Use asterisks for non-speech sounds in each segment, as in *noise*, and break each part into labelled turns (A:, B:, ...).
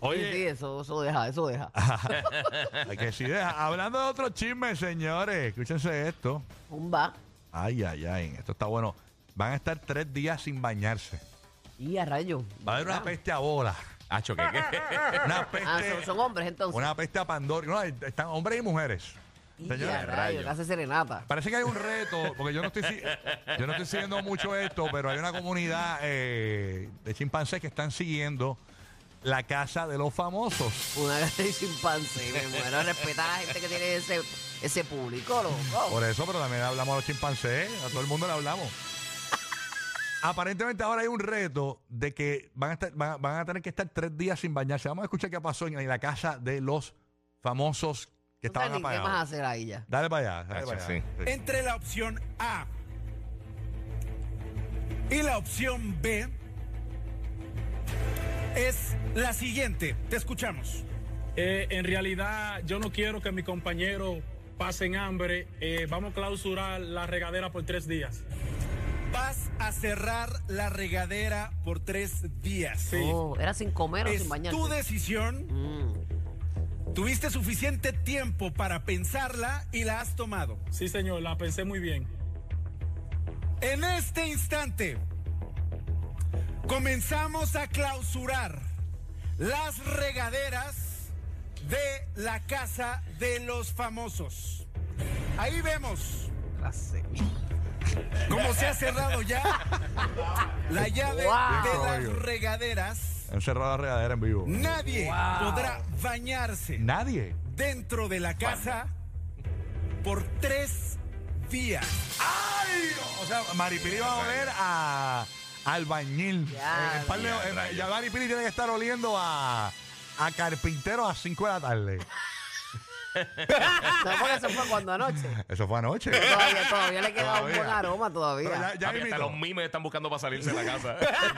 A: Oye,
B: Sí, sí, eso, eso deja, eso deja.
A: hay que sí deja. Hablando de otros chismes, señores, escúchense esto.
B: Zumba.
A: Ay, ay, ay, esto está bueno. Van a estar tres días sin bañarse.
B: Y a rayo.
A: Va a haber una peste a bola.
C: Acho, ¿qué, qué?
A: *laughs* Una
B: Ah, son,
A: peste,
B: son hombres entonces.
A: Pues, una peste a Pandora. No, están hombres y mujeres.
B: y a
A: Señores,
B: rayo, que hace serenata.
A: Parece que hay un reto, porque yo no estoy, si- yo no estoy siguiendo mucho esto, pero hay una comunidad eh, de chimpancés que están siguiendo la casa de los famosos.
B: Una *laughs* gata de chimpancé. Me muero a respetar a la gente que tiene ese, ese público, loco.
A: Por eso, pero también hablamos a los chimpancés, ¿eh? a todo el mundo le hablamos. *laughs* Aparentemente ahora hay un reto de que van a, estar- van, a- van a tener que estar tres días sin bañarse. Vamos a escuchar qué pasó en, en la casa de los famosos que
B: No sé
A: estaban
B: ni ¿Qué más
A: apagados.
B: hacer ahí ya?
A: Dale para allá. Dale
C: Cacho,
A: para allá.
C: sí.
A: Sí.
D: entre la opción A y la opción B es la siguiente. Te escuchamos.
E: Eh, en realidad, yo no quiero que mis compañeros pasen hambre. Eh, vamos a clausurar la regadera por tres días.
D: Vas a cerrar la regadera por tres días.
E: Sí.
B: Oh, era sin comer o
D: Es
B: sin bañarse.
D: tu decisión.
B: Mm.
D: Tuviste suficiente tiempo para pensarla y la has tomado.
E: Sí, señor, la pensé muy bien.
D: En este instante, comenzamos a clausurar las regaderas de la casa de los famosos. Ahí vemos
A: *laughs*
D: cómo se ha cerrado ya la llave
B: Wow.
D: de las regaderas.
A: Han cerrado la regadera en vivo.
D: Nadie podrá bañarse
A: Nadie.
D: dentro de la casa por tres días.
A: ¡Ay! O sea, Maripili va a oler a albañil.
B: Ya,
A: Eh, en par de-
C: ya,
A: en-
C: rayos.
A: ya Maripili tiene que estar oliendo a, a carpintero a las 5 de la tarde.
B: No, porque eso fue cuando anoche.
A: *laughs* Eso fue anoche.
B: Todavía, todavía le queda un
A: Todavía.
B: buen aroma
A: Pero
B: todavía.
A: ya, ya
C: Papi, hasta
A: mismito.
C: los mimes están buscando para salirse de
A: *laughs*
C: la casa.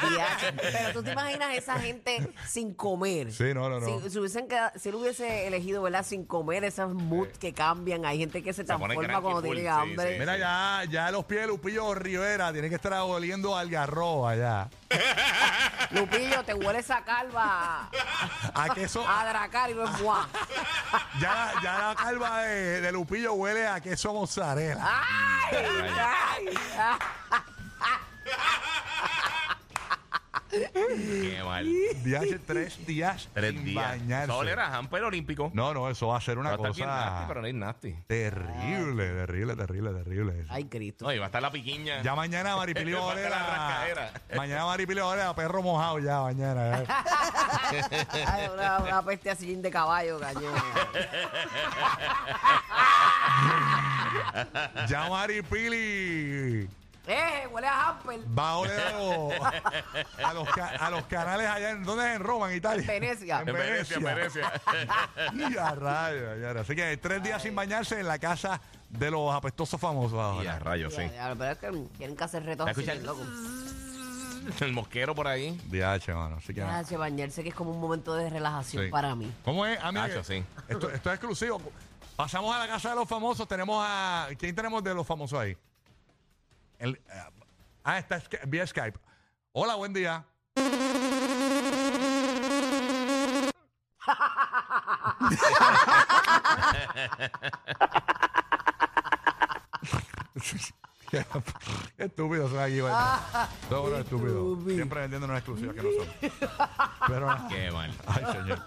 B: Diache. Pero tú te imaginas esa gente sin comer.
A: Sí, no, no, no.
B: Si, si hubiesen queda- si él hubiese elegido, ¿verdad? Sin comer, esas mood que cambian. Hay gente que se
C: pone
B: transforma
C: cranky
B: cuando
C: full,
B: tiene
C: sí,
B: hambre.
C: sí.
A: Mira, ya, ya los pies de Lupillo Rivera tienen que estar oliendo a algarroba ya.
B: Lupillo, te huele esa calva
A: A queso.
C: Ah.
B: a dracar y no es guá.
A: ya, ya la calva de, de Lupillo huele a queso mozzarella.
C: Ah.
B: ¡Ay! ¡Ay!
C: Qué mal.
A: Diache, tres días
C: Tres
A: sin
C: días.
A: bañarse.
C: Sol era hamper olímpico.
A: No, no, eso va a ser
C: va a
A: una
C: estar bien nasty, pero
A: cosa
C: no Ah, es nasty.
A: terrible, terrible, terrible, terrible. eso.
B: ¡Ay, Cristo!
C: No, y va a estar la piquiña.
A: Ya mañana Maripili va a
C: Va a
A: oler
C: estar Este la
A: a...
C: rascadera.
A: Mañana Maripili va a oler a perro mojado ya, mañana. ya.
B: Ay, una, una peste a sillín de caballo, cañón.
A: Ya Maripili
B: ¡Eh! ¡Huele a hamper!
A: va a oler a los, a los, ca- a los canales allá. en- ¿Dónde es? En Roma, en Italia.
B: Venecia.
C: En Venecia, en Venecia.
A: *laughs* Y a rayos, y a rayos. Así que tres días sin bañarse en la casa de los apestosos famosos
C: Y a
A: ahora.
C: rayos, sí.
B: Ya, ya, Pero es que tienen que hacer retos
C: ¿La
B: así,
C: escuchas?
B: bien locos.
C: El mosquero por ahí.
A: Diache, mano. Así que nada.
B: Gracias, bañarse, que es como un momento de relajación
A: Sí.
B: para mí.
A: ¿Cómo es? Amigo,
C: Nacho, sí.
A: esto, esto es exclusivo. Pasamos a la casa de los famosos. Tenemos a. ¿Quién tenemos de los famosos ahí? El- eh, ah, está Sky- vía Skype. Hola, buen
B: *laughs*
A: día. Qué estúpidos son aquí, ¿vale? Todos los estúpidos.
B: Ah, estúpido. *laughs*
A: Siempre vendiendo unas exclusivas que no son. Pero.
C: Qué mal.
A: Ay, señor.